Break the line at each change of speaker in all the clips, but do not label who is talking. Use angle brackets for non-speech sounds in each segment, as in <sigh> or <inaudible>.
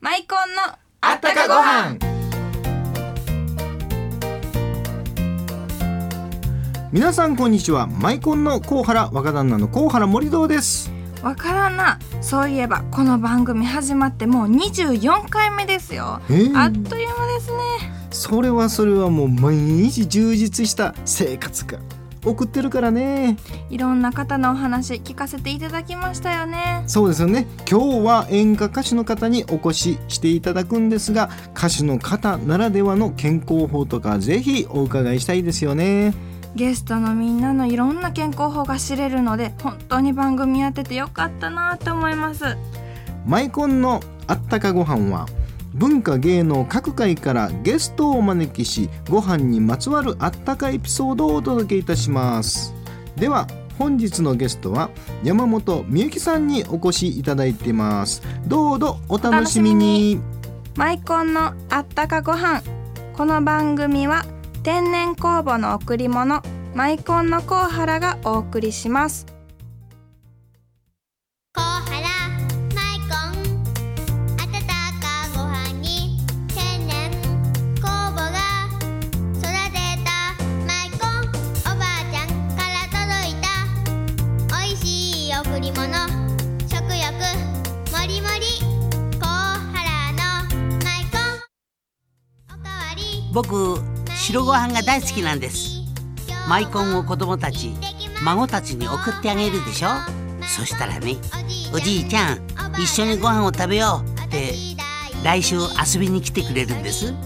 マイコンの
あったかご飯
皆さんこんにちはマイコンの高原若旦那の高原森堂です
わからなそういえばこの番組始まってもう24回目ですよ、
えー
あっという間ですね
それはそれはもう毎日充実した生活が送ってるからね
いろんな方のお話聞かせていただきましたよね
そうですよね今日は演歌歌手の方にお越ししていただくんですが歌手の方ならではの健康法とかぜひお伺いしたいですよね
ゲストのみんなのいろんな健康法が知れるので本当に番組やっててよかったなと思います
マイコンのあったかご飯は文化芸能各界からゲストをお招きしご飯にまつわるあったかエピソードをお届けいたしますでは本日のゲストは山本美由紀さんにお越しいただいてますどうぞお楽しみに
マイコンのあったかご飯この番組は天然酵母の贈り物マイコンのコウハラがお送りします
コハラマイコン温かご飯に天然酵母が育てたマイコンおばあちゃんから届いた美味しい贈り物食欲もりもりコハラのマイコンおかわり
僕白ご飯が大好きなんですマイコンを子供たち孫たちに送ってあげるでしょそしたらねおじいちゃん一緒にご飯を食べようって来週遊びに来てくれるんです
食べよ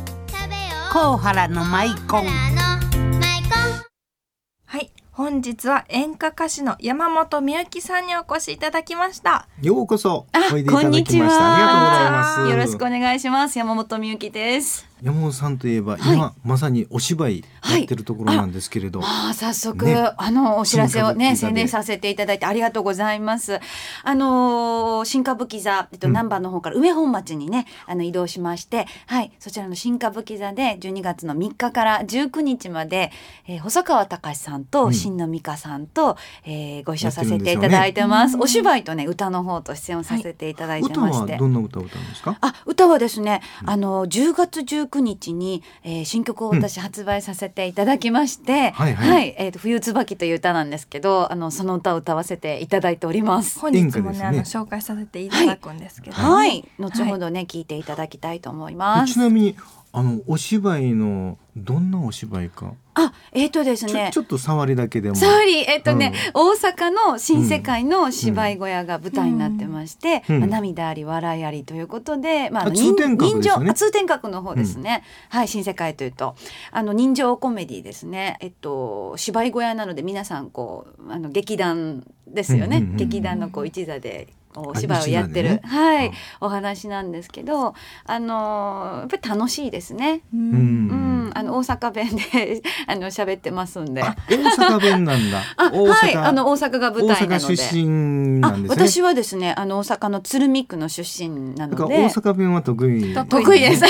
う
甲原のマイコン
コハラのマイコン
はい本日は演歌歌手の山本美由紀さんにお越しいただきました
ようこそおいでい
こ
ただ
んに
き
ち
ましたあ
は。
りがとうございます
よろしくお願いします。山本美由紀です。
山本さんといえば、
はい
今まさにお芝居やってるところなんですけれど、
ああ、早速、
ね
あのお知らせをね、
新歌舞伎座で
宣伝させていただいてありがとうございます。あのー新歌舞伎座、えっと、
ん
難波の方から上本町にね、あの移動しまして。はい、そちらの新歌舞伎座で、12月の3日から19日まで。えー細川隆さん
う
と、
ん
新野美香さんと、えーご一緒させていただいてます。お芝居とね、歌の方と出演をさせていただいて
歌
まし
は
て。
どんな歌を歌うんですか
あ歌はですね、あの10月19日に、えー新曲を私発売させていただきまして、
はいはい
えーと冬椿という歌なんですけど、あのその歌を歌わせていただいております。
本日
演歌
もね
ですね
あの紹介させていただくんですけど、
はい、後ほどね聞いていただきたいと思います
ち。なみにあのお芝居のどんなお芝居か、
あ、えっ、とです
ちょ
ね
ち。ょっと触りだけでも
サーリーえっ、とね、大阪の新世界の芝居小屋が舞台になってまして、
うんうん
まあ、涙あり笑いありということで、まあ、
あ通天閣ですよね
あ通天閣の方ですね、はい新世界というとあの人情コメディですねえっと芝居小屋なので皆さんこうあの劇団ですよね、
うんうんうんうん
劇団のこう一座でこう
あ
お芝居をやってる、
一座でね
はい、
あ
お話なんですけどあのやっぱり楽しいですね、
う
うんん
うん、あの大阪弁で <laughs> あの喋ってますんで。
あ大阪弁なんだ
<laughs> あ、
大阪、
はい、あの大阪が舞
大
台な
阪
ので。
出身な
あ
ん、ですね
私はですね、あの大阪の鶴見区の出身な
だか
の
ら大
で。
阪弁は得意
得
得意です。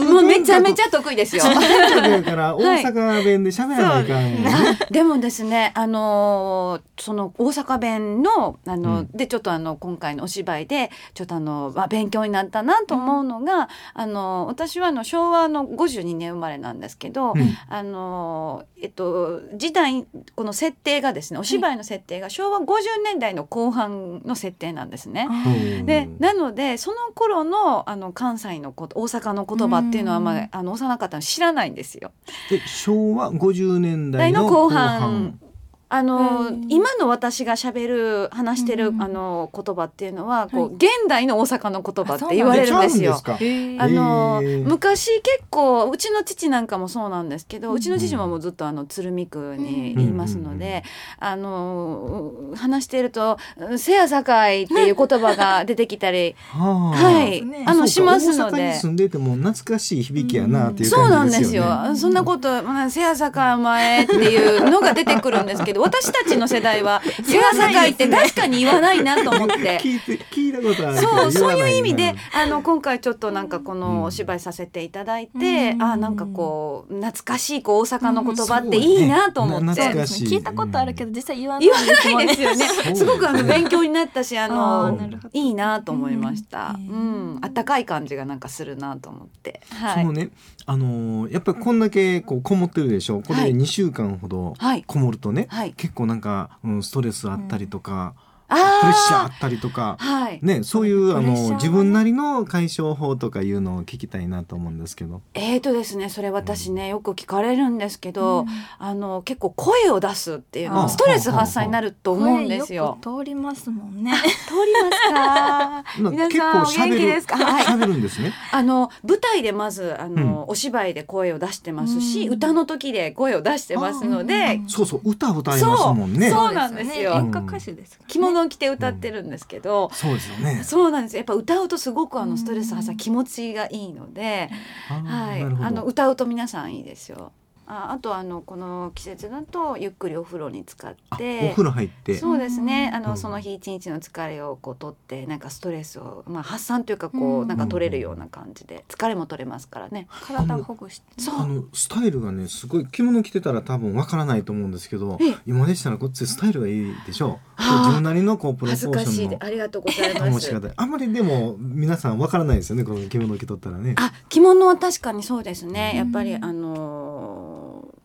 うん
もうめちゃめち
ゃ
ゃ得意で
<laughs>
すよ。 <laughs>
だから大阪弁で喋らないかんよね
あでもですね、あのーその大阪弁の、あの、
うん
で、ちょっとあの、今回のお芝居で。ちょっとあの、まあ、勉強になったなと思うのが、あの、私はあの、昭和の52年生まれなんですけど。
うん
あのえっと時代この設定がですねお芝居の設定が昭和50年代の後半の設定なんですね。
うん
でなのでその頃のあの関西のこと大阪の言葉っていうのは、ま
うん
あ、あの幼かったの知らないんですよ。
で昭和50年代
代
の
の
後
後
半
半あの
うん
今の私が喋る話してる、
うん
あの言葉っていうのはこう、
はい
現代の大阪の言葉って言わ
あ
れ
ち
る
ゃ
ん
う
ですよ。
か
へー
あの
へー
昔結構うちの父なんかもそうなんですけど、
うん
うちの父ももうずっとあの鶴見区にいますので、あのう話していると「せやさかい」っていう言葉が出てきたり、
はあ
はい
ね、
あ
そう
の
か
しますの
大阪
で
に。住んでても懐かしい響きやなっていう
そうな
感
ん
じ
で
ですすよね
よ。そんなこと、まあ、せやさかい前っていうのが出てくるんですけど、私たちの世代は「世話坂井」って確かに言わないなと思って。
<laughs> 聞いて聞いたことあるけど
そう
言
そ
わ
う
な
いう意味
な
であの今回ちょっとなんかこのお芝居させていただいて、
うん
あなんかこう懐かしいこう大阪の言葉って
うんそうね
いいなと思って、
な懐かしい
聞いたことあるけど実際言わない
言わ
で
な
すもん
い
ね
ですよね
そう
すごくあの勉強になったしあの
あー
なる
ほど
いいなと思いました、う
うんん
あったかい感じがなんかするなと思って、は
その
い、
ね、あのーやっぱりこんだけこうこもってるでしょこれ
は
で
い
2週間ほど
はい
こもるとね、
はい
結構なんか、うん、ストレスあったりとか、
あ
プレッシャーあ
あ
ったりとか、
はい、
ね、そういうあ
プレッシャー
の
は
自分なりの解消法とかいうのを聞きたいなと思うんですけど。
えーとですねそれ私ねよく聞かれるんですけど、あの結構声を出すっていうの
あ
はストレス発散になると思うんですよ。
声く通りますもんね。
通りますか皆さんお元気ですか、はい、
喋るんですね。
<laughs> あの舞台でまずあの、お芝居で声を出してますし、
うん
歌の時で声を出してますので、
うん
そうそう歌歌いますもんね。
そうなんですよ
演歌歌手ですからね
着物を着て歌ってるんですけど、
そうですよね。
そうなんですやっぱ歌うとすごくあ
う
の
ん
ストレス発散気持ちがいいので、
あー
はい、
なるほど
あの歌うと皆さんいいですよ。ああとあのこの季節だとゆっくりお風呂に浸かっ
あお
て
風呂入って。
そうですね。
うん
あ
う
の
ん
その日一日の疲れをこう取って、なんかストレスをまあ発散というかこ
う
うんなんか取れるような感じで、疲れも取れますからね。
体を保護して。
そ
あ
う。
のスタイルがねすごい着物着てたら多分わからないと思うんですけど
ええ
今でしたらこっちスタイルがいいでしょう
あー
自分なりのこうプロポー
恥
シ
ず
ョ
かしい
ン
で
の
ありがとうございま
保 <laughs> ち
す。
方あんまりでも皆さんわからないですよねこの着物着とったらね
あ、着物は確かにそうですね。やっぱり
うん
あのー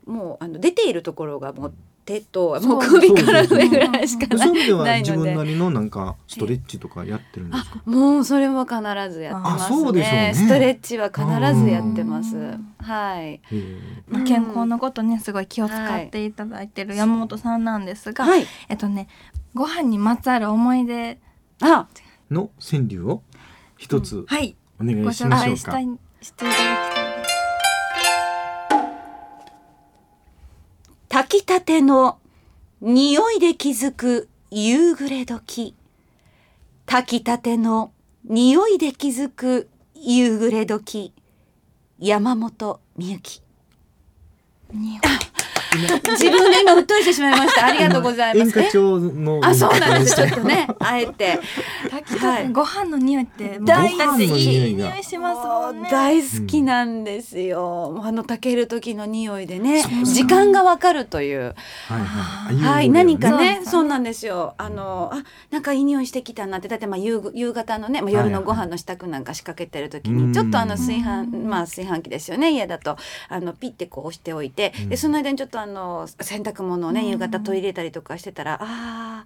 もうあの出ているところがもう手と
そう
もう首から上ぐらいしか
そう
ない。
いう意味では
ないの
自
で
分なりのなんかストレッチとかやってるんですか
もうそれは必ずやってま
あ
す
そうでしょうね
ね。ストレッチは必ずやってます
うん。
はい。
へえ
うん
健康のことねすごい気を使っていただいてる山本さんなんですが、
はい。
えっとねご飯にまつわる思い出
あ、
の川柳を一つ
はい
お願
ご
いし
紹
まし
介
ょう
し
か
たいしていただきたいです。
炊きたての匂いで気づく夕暮れ時炊きたての匂いで気づく夕暮れ時山本美幸自分で今うっとりしてしまいま <laughs> したありがとうございま
演
す
歌
え
調の
あそうなんですちょっとねあえて
炊きた
はい
てご飯の匂いって
ご飯の
好き
匂
い
い
い
が
匂いしますもんね。
大好きなんですよ、あの炊ける時の匂いでね
そうそう
時間がわかるという
はいはいあ
はい、
うの
何か
そうです
ね
よ、ね
そうなんですよ。あの、あ、なんかいい匂いしてきたなって、だってまあ夕ぐ夕方のね、まあ夜のご飯の支度なんか仕掛けてる時
うん
に、ちょっとあの炊
う
飯、
ん
まあ炊飯器ですよね、家だと、あのピッてこう押しておいて、
うん
でその間にちょっとあの洗濯物を
う
ね、
ん
夕方取り入れたりとかしてたら、ああ。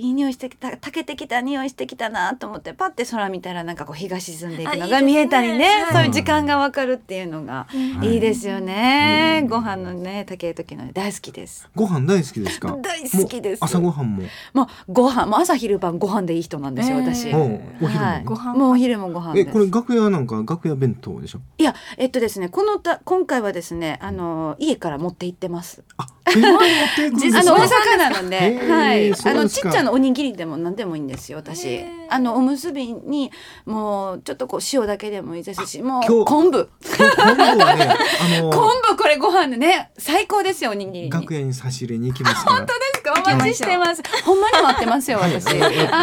いい匂いしてきた炊けてきた匂いしてきたなと思ってパッて空見たらなんかこう日が沈んでいくの
あい
が
いですね
見えたりね
はい
そういう時間がわかるっていうのが
うん
いいですよね、
うん
ご飯のね炊ける時の大好きです
ご飯大好きですか
大好きです
もう朝ご飯も
まあ、ご飯、まあ、朝昼晩ご飯でいい人なんですよ、
えー
お
私。は
うお昼も
い、
ご飯
もうお昼もご飯で
え
す。
これ楽屋なんか楽屋弁当でしょ
いや、えっとですね、このた、今回はですね、あの、家から持って行ってます。 <laughs>
あ、弁当持っていくんです
あの、大
か
阪なので、
へー
はい、
そ
あ
うで
の、
す
ち
か
っちゃなおにぎりでも、何でもいいんですよ、私
へー。
あの、おむすびに、もう、ちょっとこう、塩だけでもいいですし、
今
も
日
う、昆布。
今度は
<laughs>
ね、あの
昆布、これ、ご飯でね、最高ですよ、おにぎりに。
楽屋に差し入れに行きますから。本当
ですかお待ちしてます。ほんまに待ってますよ、私。 <laughs>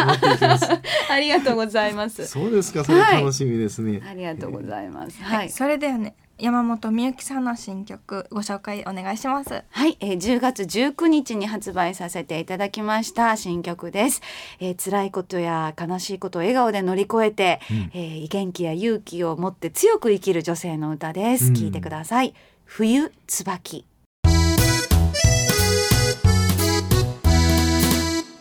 ありがとうございま
<laughs>
す。
そうですか、それ
はい
楽しみですね。
ありがとうございます。はい。
それではね山本美幸さんの新曲ご紹介お願いします。
はい、えー10月19日に発売させていただきました新曲です、えー辛いことや悲しいことを笑顔で乗り越えて、えー元気や勇気を持って強く生きる女性の歌です、
うん
聞いてください冬椿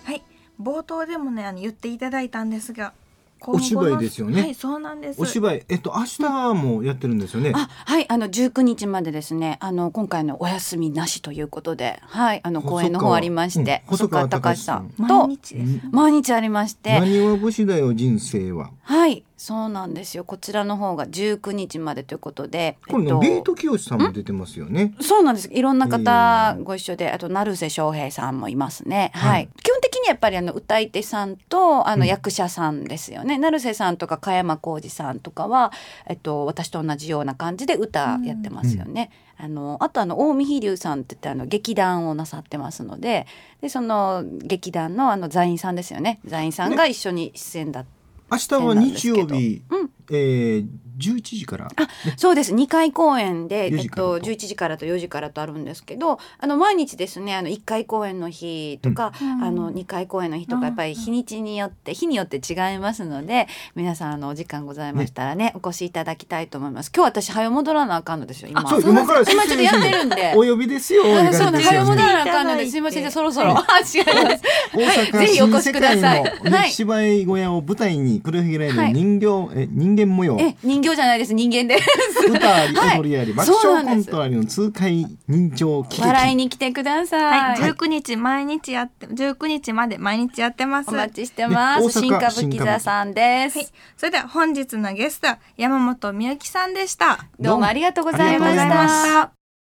はい冒頭でもねあの言っていただいたんですが今後
お
の
芝居ですよね
はいそうなんです。
お芝居、えっと、明日もやってるんですよね。
あ、はい、あの19日までですねあの今回のお休みなしということではい、あの
細
公演の方
川
ありまして
うん細
細
川
川
隆史
隆史
さ
さ
ん
ん
毎
と
日ですね。
毎日ありまして
何は武士だよ、人生は。
はいそうなんですよこちらの方が19日までということで
これね、
えっと
ビートきよしさんも出てますよね。
そうなんですいろんな方
えー
ご一緒で、あと成瀬翔平さんもいますね、はい
はい
基本的にやっぱりあの歌い手さんとあ
う
の
ん
役者さんですよね、成瀬さんとか加山浩二さんとかは、えっと、私と同じような感じで歌やってますよね。あのあとあの近江飛龍さんって言ってあの劇団をなさってますのででその劇団のあの座員さんですよね座員さんが一緒に出演だった
明日は日曜日、
うん
えー、11時から。
そうです2回公演で、
4
え
時
っ
からと
と、11時からと4時からとあるんですけどあの毎日ですねあの1回公演の日とか、あの2回公演の日とかやっぱり日にちによって日によって違いますので皆さんあのお時間ございましたらねお越しいただきたいと思います。今日私早戻らなあかんのですよ今
そう今から
今ちょっとやってるんで。
お呼びですよ。
あそう
で
だ、
す
早
よ
戻
ね
らなあかんのです。すいません、じゃあそろそろ。あ、違います。
大
は
阪
いぜひお
新
越し
世
くだ
界
さい
のね
はい
芝居小屋を舞台に繰り広げら
は
れる
い
人形、え人間模様
え、人形じゃないです、人間です。
歌あり踊りあり
は
爆
いそうな
笑
ん
コ
で
ン
す
トありの痛快人情喜
笑い
劇
に来てくださ。
はいい、19日毎日やって、19日まで毎日やってます。
お
は
待
い、
ちしてます。
ね大阪
新歌舞伎座さんです。
それでは本日のゲスト、山本美幸さんでした。
どうもありがとうございまし。
ありがとうございまし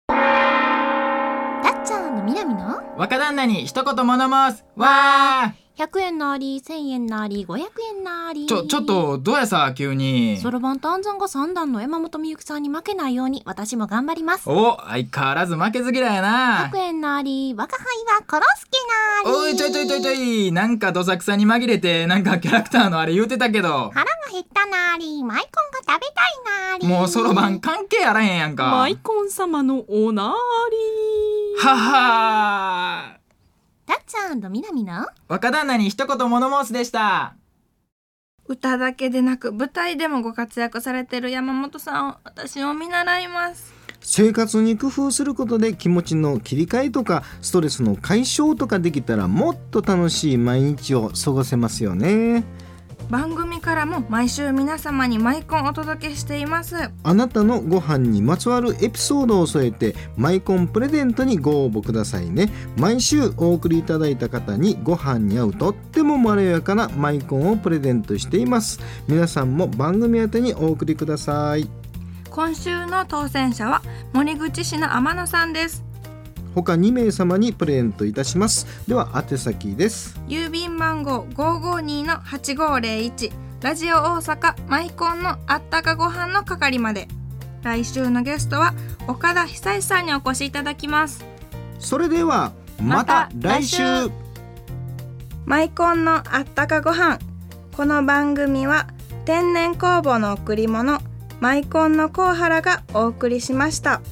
た
たっちゃんのみなみの
若旦那に一言物申すわ
100円なり1000円なり500円なり
ーちょちょっとどうやさ急に
そろばんと暗算が三段の山本美幸さんに負けないように私も頑張ります
お相変わらず負けず嫌いやな
100円なり若輩はコロスケなり
おいちょいちょいちょいちょいなんかどさくさに紛れてなんかキャラクターのあれ言うてたけど
腹が減ったなりマイコンが食べたいなり
もうそろばん関係あらへんやんか
マ
は
イコン様のおなーり
はー
たっちゃんとみなみの
若旦那に一言物申すでした
歌だけでなく舞台でもご活躍されてる山本さんを私を見習います
生活に工夫することで気持ちの切り替えとかストレスの解消とかできたらもっと楽しい毎日を過ごせますよね
番組からも毎週皆様にマイコンお届けしています
あなたのご飯にまつわるエピソードを添えてマイコンプレゼントにご応募くださいね毎週お送りいただいた方にご飯に合うとってもまろやかなマイコンをプレゼントしています皆さんも番組宛てにお送りください
今週の当選者は森口市の天野さんです
他2名様にプレゼントいたしますでは宛先です
郵便番号552の8501ラジオ大阪マイコンのあったかご飯の係まで来週のゲストは岡田久志さんにお越しいただきます
それではま
また
た来
来
週
週マイコンのあったかご飯この番組は天然酵母の贈り物マイコンのコウハラがお送りしました。